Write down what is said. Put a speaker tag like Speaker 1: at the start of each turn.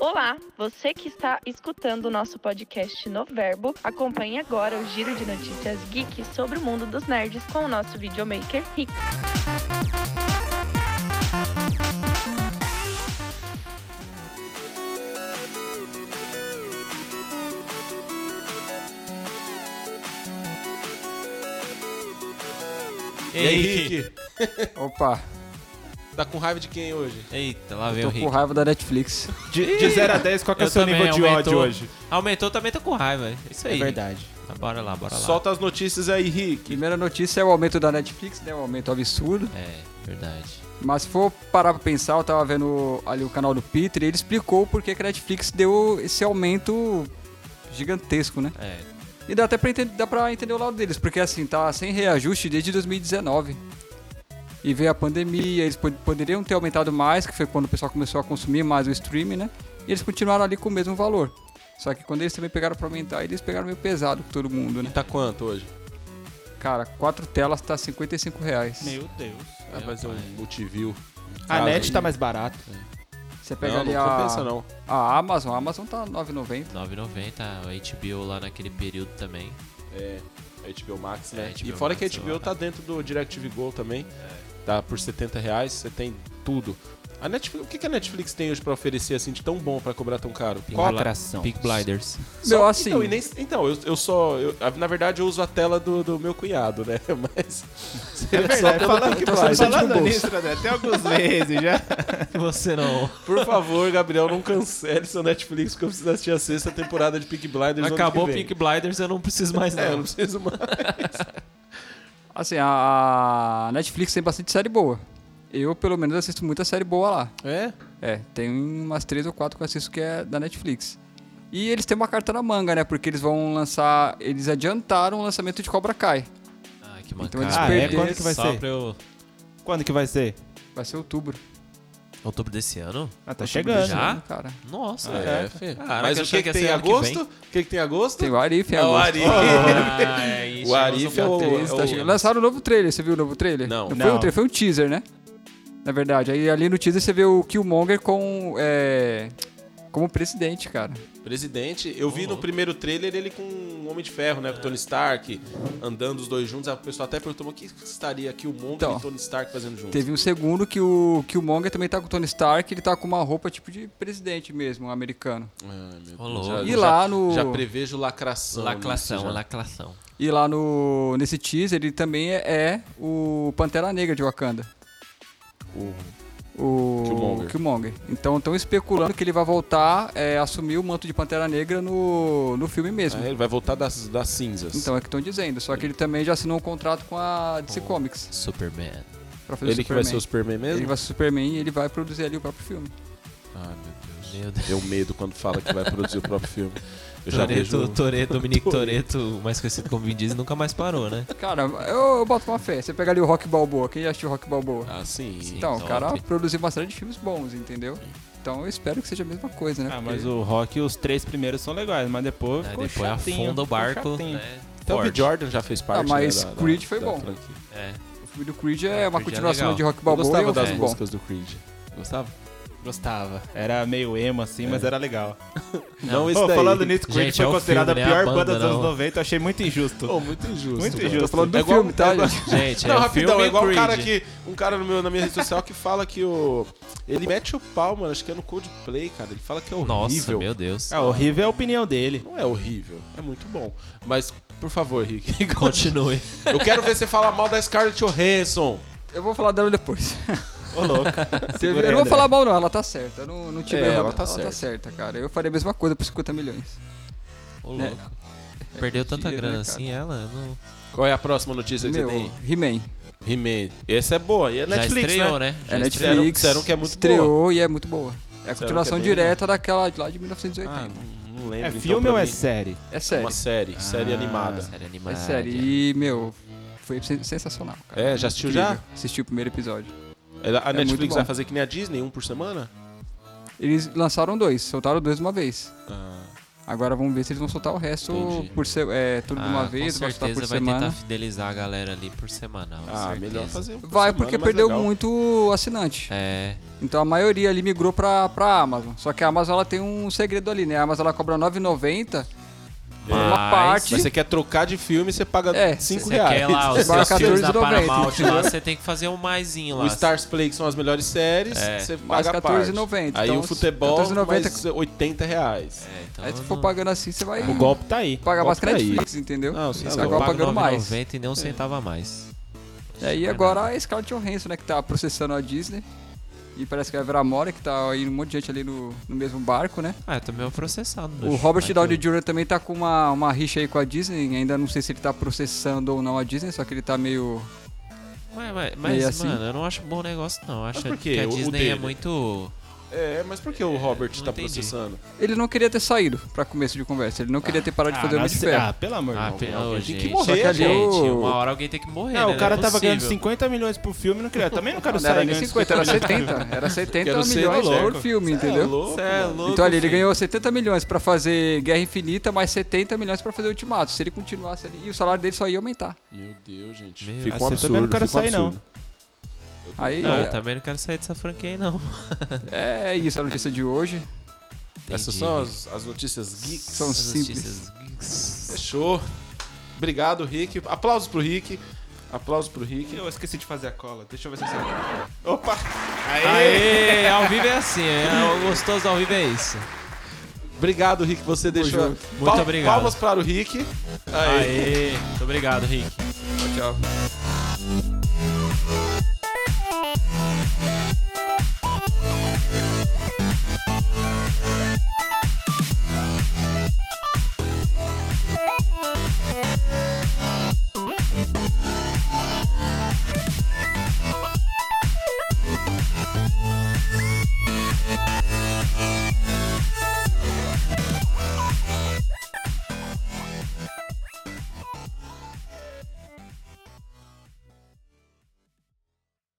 Speaker 1: Olá, você que está escutando o nosso podcast No Verbo, acompanhe agora o giro de notícias geek sobre o mundo dos nerds com o nosso videomaker Rick.
Speaker 2: E aí, Rick?
Speaker 3: Opa,
Speaker 2: Tá com raiva de quem hoje?
Speaker 4: Eita, lá vem o
Speaker 3: tô
Speaker 4: Rick.
Speaker 3: com raiva da Netflix.
Speaker 5: De 0 a 10, qual que é o
Speaker 4: Eu
Speaker 5: seu
Speaker 4: também,
Speaker 5: nível de
Speaker 4: aumentou.
Speaker 5: ódio hoje?
Speaker 4: Aumentou, também tô com raiva. É Isso aí.
Speaker 5: verdade.
Speaker 4: Tá, Bora lá, bora lá.
Speaker 2: Solta as notícias aí, Rick.
Speaker 3: Primeira notícia é o aumento da Netflix, né? Um aumento absurdo.
Speaker 4: É, verdade.
Speaker 3: Mas se for parar pra pensar, eu tava vendo ali o canal do Peter e ele explicou por que que a Netflix deu esse aumento gigantesco, né?
Speaker 4: É.
Speaker 3: E dá até pra entender, dá pra entender o lado deles, porque assim, tá sem reajuste desde 2019. E veio a pandemia, eles pod- poderiam ter aumentado mais, que foi quando o pessoal começou a consumir mais o streaming, né? E eles continuaram ali com o mesmo valor. Só que quando eles também pegaram pra aumentar, eles pegaram meio pesado com todo mundo, né?
Speaker 2: Tá quanto hoje?
Speaker 3: Cara, quatro telas tá R$ 55 reais.
Speaker 5: Deus.
Speaker 2: Ah, mas é um multiview.
Speaker 5: A
Speaker 2: Ah,
Speaker 5: net
Speaker 2: sim.
Speaker 5: tá mais barata.
Speaker 3: Você pega
Speaker 2: Não,
Speaker 3: ali
Speaker 2: não
Speaker 3: a,
Speaker 2: compensa não.
Speaker 3: a Amazon, a Amazon tá 9,90.
Speaker 4: 9,90, o HBO lá naquele período também.
Speaker 2: É, a HBO Max, né?
Speaker 4: É, HBO
Speaker 2: e fora
Speaker 4: Max,
Speaker 2: que a
Speaker 4: sei
Speaker 2: HBO
Speaker 4: lá.
Speaker 2: tá dentro do DirecTV Go também. Tá por R$ 70 reais, você tem tudo. A Netflix, o que que a Netflix tem hoje pra oferecer assim de tão bom pra cobrar tão caro?
Speaker 4: Pink
Speaker 5: Qual
Speaker 4: Bli-
Speaker 5: atração?
Speaker 4: Pink Blinders.
Speaker 3: Meu, assim,
Speaker 2: Então, e nem- então, eu, eu só. eu- na verdade, eu uso a tela do, do meu cunhado, né? Mas.
Speaker 5: É verdade, fala
Speaker 2: que
Speaker 5: que é
Speaker 2: vai.
Speaker 5: falando nisso, André, até alguns meses já.
Speaker 4: Você não.
Speaker 2: Por favor, Gabriel, não cancele seu Netflix, porque eu preciso assistir a sexta temporada de Pink Blinders. ano
Speaker 4: Acabou
Speaker 2: que vem.
Speaker 4: Pink Blinders, eu não preciso mais
Speaker 2: É, eu
Speaker 4: não.
Speaker 2: não preciso mais.
Speaker 3: assim, a Netflix tem bastante série boa. Eu, pelo menos, assisto muita série boa lá.
Speaker 2: É?
Speaker 3: É, tem umas três ou quatro que eu assisto que é da Netflix. E eles têm uma carta na manga, né? Porque eles vão lançar. Eles adiantaram o lançamento de Cobra Kai.
Speaker 4: Ah, que
Speaker 3: Então eles
Speaker 4: mancada.
Speaker 5: Ah, é?
Speaker 3: perderam.
Speaker 5: Quando que vai
Speaker 4: Só
Speaker 5: ser?
Speaker 4: pra eu...
Speaker 5: Quando que vai ser?
Speaker 3: Vai ser outubro.
Speaker 4: Outubro desse ano?
Speaker 5: Ah, tá chegando.
Speaker 4: já? Ah?
Speaker 3: Cara.
Speaker 4: Nossa,
Speaker 2: Ah,
Speaker 4: é.
Speaker 2: é, filho.
Speaker 4: Caraca,
Speaker 2: Mas o
Speaker 4: achei que
Speaker 2: que, que
Speaker 4: ia
Speaker 2: tem
Speaker 4: ser
Speaker 2: em
Speaker 4: ano que vem.
Speaker 2: agosto? O que, que tem em agosto?
Speaker 3: Tem o Arif em
Speaker 2: Ah, o
Speaker 3: agosto.
Speaker 2: Ari.
Speaker 4: Ah, é, isso,
Speaker 2: O Arif
Speaker 4: chegamos ao
Speaker 2: é o-
Speaker 4: ponto.
Speaker 3: Eles tá
Speaker 2: é o-
Speaker 3: chegando. Lançaram um novo trailer, você viu o novo trailer?
Speaker 2: Não.
Speaker 3: foi um
Speaker 5: Não.
Speaker 3: trailer, foi um teaser, né? Na verdade. Aí ali no teaser você vê o Killmonger com. É, como presidente, cara.
Speaker 2: Presidente, eu vi no primeiro trailer ele com o Homem de Ferro, né? Com o Tony Stark, andando os dois juntos. A pessoa até perguntou, mas o que estaria aqui o Monk
Speaker 3: Então.
Speaker 2: e o Tony Stark fazendo juntos?
Speaker 3: Teve um segundo que o Killmonger também tá com o Tony Stark, ele tá com uma roupa tipo de presidente mesmo, um americano.
Speaker 2: Ai, meu Deus,
Speaker 4: Ô,
Speaker 2: já-
Speaker 4: louco.
Speaker 3: E
Speaker 2: já-
Speaker 3: lá no.
Speaker 2: Já prevejo lacração.
Speaker 4: Lacração,
Speaker 2: nisso já.
Speaker 4: lacração.
Speaker 3: E lá no nesse teaser ele também é, é o Pantera Negra de Wakanda. O
Speaker 2: Killmonger.
Speaker 3: Killmonger. Então estão especulando que ele vai voltar é, assumir o manto de Pantera Negra no, no filme mesmo.
Speaker 2: Ah, ele vai voltar das, das cinzas.
Speaker 3: Então é o que estão dizendo. Só que ele também já assinou um contrato com a DC Comics
Speaker 4: Superman.
Speaker 3: pra fazer
Speaker 2: ele
Speaker 3: o Superman.
Speaker 2: que vai ser o Superman mesmo?
Speaker 3: Ele vai ser o Superman e ele vai produzir ali o próprio filme.
Speaker 2: Ai, meu Deus.
Speaker 4: Meu Deus.
Speaker 2: Deu medo quando fala que vai produzir o próprio filme. Eu já vejo...
Speaker 4: Toreto, Toreto, Dominique Toreto, mais conhecido como Vin Diesel, nunca mais parou, né?
Speaker 3: Cara, eu, eu boto uma fé. Você pega ali o Rock Balboa. Quem já assistiu Rock Balboa?
Speaker 2: Ah, sim.
Speaker 4: Sim.
Speaker 3: então, o
Speaker 4: top.
Speaker 3: cara produziu uma série de filmes bons, entendeu? Então eu espero que seja a mesma coisa, né?
Speaker 5: Ah,
Speaker 3: Porque-
Speaker 5: mas o rock, os três primeiros são legais, mas depois.
Speaker 4: Aí
Speaker 5: ficou
Speaker 4: É, depois
Speaker 5: chatinho,
Speaker 4: afunda o
Speaker 5: ficou
Speaker 4: barco,
Speaker 5: chatinho.
Speaker 4: né?
Speaker 2: Até o B.
Speaker 4: Forte.
Speaker 2: Então, Jordan já fez parte,
Speaker 3: Ah, mas
Speaker 2: né, da- da-
Speaker 3: Creed foi
Speaker 2: da
Speaker 3: bom.
Speaker 2: franquia.
Speaker 4: É.
Speaker 3: O filme do Creed é uma
Speaker 4: Creed é
Speaker 3: continuação
Speaker 4: legal.
Speaker 3: de Rock
Speaker 2: Eu
Speaker 3: Balboa e
Speaker 2: gostava
Speaker 3: eu
Speaker 2: das
Speaker 3: é. bom.
Speaker 2: músicas do Creed. Gostava?
Speaker 5: Gostava. Era meio emo assim, mas era legal.
Speaker 2: Não,
Speaker 5: Ô, falando
Speaker 2: ele-
Speaker 5: nisso, Creed
Speaker 4: É. Gente,
Speaker 5: foi
Speaker 4: é o
Speaker 5: considerada
Speaker 4: filme,
Speaker 5: a
Speaker 4: né?
Speaker 5: pior
Speaker 4: A
Speaker 5: banda,
Speaker 4: banda
Speaker 5: dos anos
Speaker 4: não.
Speaker 5: 90, eu achei muito injusto.
Speaker 2: Pô, muito injusto.
Speaker 5: muito
Speaker 2: mano.
Speaker 5: injusto.
Speaker 3: Falando do
Speaker 2: É igual-
Speaker 3: filme, tá,
Speaker 2: é igual-
Speaker 3: gente?
Speaker 4: Gente,
Speaker 2: Não,
Speaker 4: é
Speaker 2: rapidão,
Speaker 4: filme
Speaker 2: é igual o
Speaker 4: Creed.
Speaker 2: cara que. Um cara no meu, na minha rede social que fala que o. Ele mete o pau, mano. Acho que é no Coldplay, cara. Ele fala que é
Speaker 4: Nossa,
Speaker 2: horrível.
Speaker 4: meu Deus.
Speaker 5: É, horrível é a opinião dele.
Speaker 2: Não é horrível, é muito bom. Mas, por favor, Rick.
Speaker 4: Continue.
Speaker 2: Eu quero ver você falar mal da Scarlett Johansson.
Speaker 3: Eu vou falar dela depois.
Speaker 5: Ô, louco.
Speaker 3: eu
Speaker 5: Segura aí,
Speaker 3: não vou
Speaker 5: André.
Speaker 3: falar mal, não. Ela tá certa. Eu não, não tive
Speaker 2: É,
Speaker 3: erro,
Speaker 2: ela tá
Speaker 3: Ela tá certa, cara. Eu faria a mesma coisa por 50 milhões.
Speaker 4: Ô, louco. Perdeu tanta
Speaker 3: mentira, É. né,
Speaker 4: grana
Speaker 3: cara?
Speaker 4: assim, ela não...
Speaker 2: Qual é a próxima notícia que você
Speaker 3: Meu,
Speaker 2: tem?
Speaker 3: He-Man.
Speaker 2: He-Man. Essa é boa. E é
Speaker 4: Já
Speaker 2: Netflix,
Speaker 4: estreou,
Speaker 2: né?
Speaker 4: né?
Speaker 3: É
Speaker 4: Já estreou.
Speaker 3: Netflix.
Speaker 2: disseram que é muito
Speaker 3: estreou
Speaker 2: boa.
Speaker 3: e é muito boa. É a continuação
Speaker 2: bem
Speaker 3: direta daquela lá de 1980.
Speaker 2: Ah, não- não lembro.
Speaker 5: É
Speaker 2: então,
Speaker 5: filme
Speaker 2: pra
Speaker 5: ou é
Speaker 2: mim.
Speaker 5: série?
Speaker 3: é série.
Speaker 2: Uma série, série
Speaker 5: Ah.
Speaker 2: animada.
Speaker 4: Série
Speaker 3: É
Speaker 4: animada.
Speaker 3: série. E, meu, foi sen- sensacional, cara.
Speaker 2: É, já assistiu
Speaker 3: Incrível.
Speaker 2: já?
Speaker 3: Assisti o primeiro episódio.
Speaker 2: Ela- A
Speaker 3: É muito
Speaker 2: Netflix
Speaker 3: bom.
Speaker 2: vai fazer que nem a Disney, um por semana?
Speaker 3: Eles lançaram dois, soltaram dois de uma vez. Agora vamos ver se eles vão soltar o resto
Speaker 2: Entendi.
Speaker 3: por se, é, tudo de
Speaker 4: Ah,
Speaker 3: uma
Speaker 4: com
Speaker 3: vez, vai soltar
Speaker 4: certeza
Speaker 3: por
Speaker 4: vai
Speaker 3: semana.
Speaker 4: tentar fidelizar a galera ali por semana. com
Speaker 2: Ah,
Speaker 4: certeza.
Speaker 2: melhor fazer um por
Speaker 3: Vai,
Speaker 2: semana,
Speaker 3: porque
Speaker 2: mais
Speaker 3: perdeu
Speaker 2: legal.
Speaker 3: muito assinante.
Speaker 4: É,
Speaker 3: Então a maioria ali migrou pra, pra Amazon. Só que a Amazon ela tem um segredo ali, né? A Amazon ela cobra 9,90 por uma
Speaker 4: Mas-
Speaker 3: parte.
Speaker 2: Mas você quer trocar de filme, você paga
Speaker 3: É,
Speaker 2: 5
Speaker 4: você
Speaker 2: reais.
Speaker 4: quer lá os
Speaker 3: Paga
Speaker 4: seus filmes da
Speaker 3: 14,90.
Speaker 4: Paramount lá, você tem que fazer um maisinho lá.
Speaker 2: O Stars Play, que são as melhores séries,
Speaker 4: É.
Speaker 2: você
Speaker 3: Mais
Speaker 2: paga a parte.
Speaker 3: 14,90.
Speaker 2: Aí
Speaker 3: Então,
Speaker 2: o futebol,
Speaker 3: 14,90.
Speaker 2: mais 80 reais.
Speaker 4: É, então
Speaker 3: Aí se
Speaker 4: eu
Speaker 3: for
Speaker 4: não-
Speaker 3: pagando assim, você vai
Speaker 5: O golpe tá aí.
Speaker 3: pagar
Speaker 2: golpe
Speaker 3: mais que
Speaker 2: tá aí.
Speaker 3: Netflix, entendeu?
Speaker 2: Não, você tá
Speaker 3: Isso
Speaker 4: eu
Speaker 3: agora
Speaker 4: pago
Speaker 3: pagando mais.
Speaker 4: 9,90 e nem um centavo a mais.
Speaker 3: É, e agora a Scarlett Johansson, né, que tá processando a Disney. E parece que é a Vera Mora, que tá aí um monte de gente ali no, no mesmo barco, né?
Speaker 4: Ah, eu tô meio processado.
Speaker 3: O Robert Downey Jr. também tá com uma, uma rixa aí com a Disney. Ainda não sei se ele tá processando ou não a Disney, só que ele tá meio.
Speaker 4: Mas, mas,
Speaker 3: Meio
Speaker 4: mas
Speaker 3: assim.
Speaker 4: mano, eu não acho bom negócio, não. Eu acho
Speaker 2: por quê?
Speaker 4: que a
Speaker 2: O- o
Speaker 4: Disney
Speaker 2: dele?
Speaker 4: é muito...
Speaker 2: É, mas por que o Robert
Speaker 4: não
Speaker 2: tá
Speaker 4: entendi.
Speaker 2: processando?
Speaker 3: Ele não queria ter saído pra começo de conversa. Ele não queria ter parado de fazer o Homem de
Speaker 5: nasce-
Speaker 3: Ferro.
Speaker 5: ah, pelo amor de
Speaker 4: Ah,
Speaker 5: Deus.
Speaker 4: pe-
Speaker 5: Alguém
Speaker 4: oh,
Speaker 5: tem que
Speaker 4: gente,
Speaker 5: morrer. né?
Speaker 2: morrer,
Speaker 4: só que,
Speaker 3: né, gente. Tipo-
Speaker 4: gente, uma hora alguém tem que morrer,
Speaker 5: Não,
Speaker 4: né?
Speaker 5: o cara
Speaker 4: é
Speaker 5: tava ganhando
Speaker 4: possível.
Speaker 5: 50 milhões por filme, não queria. Também não
Speaker 2: ah,
Speaker 5: quero
Speaker 3: Não
Speaker 5: sair
Speaker 3: era nem
Speaker 5: ganhando
Speaker 3: 50, era 70. Era 70
Speaker 2: Quero ser
Speaker 3: milhões
Speaker 2: louco.
Speaker 3: por filme,
Speaker 2: Cê É
Speaker 3: entendeu?
Speaker 2: louco,
Speaker 4: Cê é
Speaker 2: mano.
Speaker 4: louco,
Speaker 3: Então ali, ele
Speaker 4: filho.
Speaker 3: ganhou 70 milhões pra fazer Guerra Infinita, mais 70 milhões pra fazer Ultimato. Se ele continuasse ali. E o salário dele só ia aumentar.
Speaker 2: Meu Deus, gente.
Speaker 4: Meu,
Speaker 2: Fica um
Speaker 5: assim, eu
Speaker 2: absurdo.
Speaker 5: também não quero
Speaker 2: fica um
Speaker 5: sair, não.
Speaker 2: absurdo.
Speaker 3: Aí
Speaker 4: Não, eu
Speaker 3: é,
Speaker 4: também não quero sair dessa franquia aí, não.
Speaker 3: é isso a notícia de hoje.
Speaker 2: Essas
Speaker 4: Entendi.
Speaker 2: são as, as notícias geeks.
Speaker 3: São
Speaker 4: As
Speaker 3: simples.
Speaker 4: notícias geeks.
Speaker 2: Fechou. Obrigado, Rick. Aplausos pro Rick. Aplausos pro Rick.
Speaker 5: Eu esqueci de fazer a cola. Deixa eu ver se eu sei. Opa!
Speaker 4: Aê, ao vivo é assim, é, o gostoso ao vivo é isso.
Speaker 2: Obrigado, Rick. Você deixou.
Speaker 3: junto.
Speaker 2: Pal-
Speaker 4: Muito obrigado.
Speaker 2: Palmas para o Rick.
Speaker 4: Aê, muito obrigado, Rick.
Speaker 2: Tchau.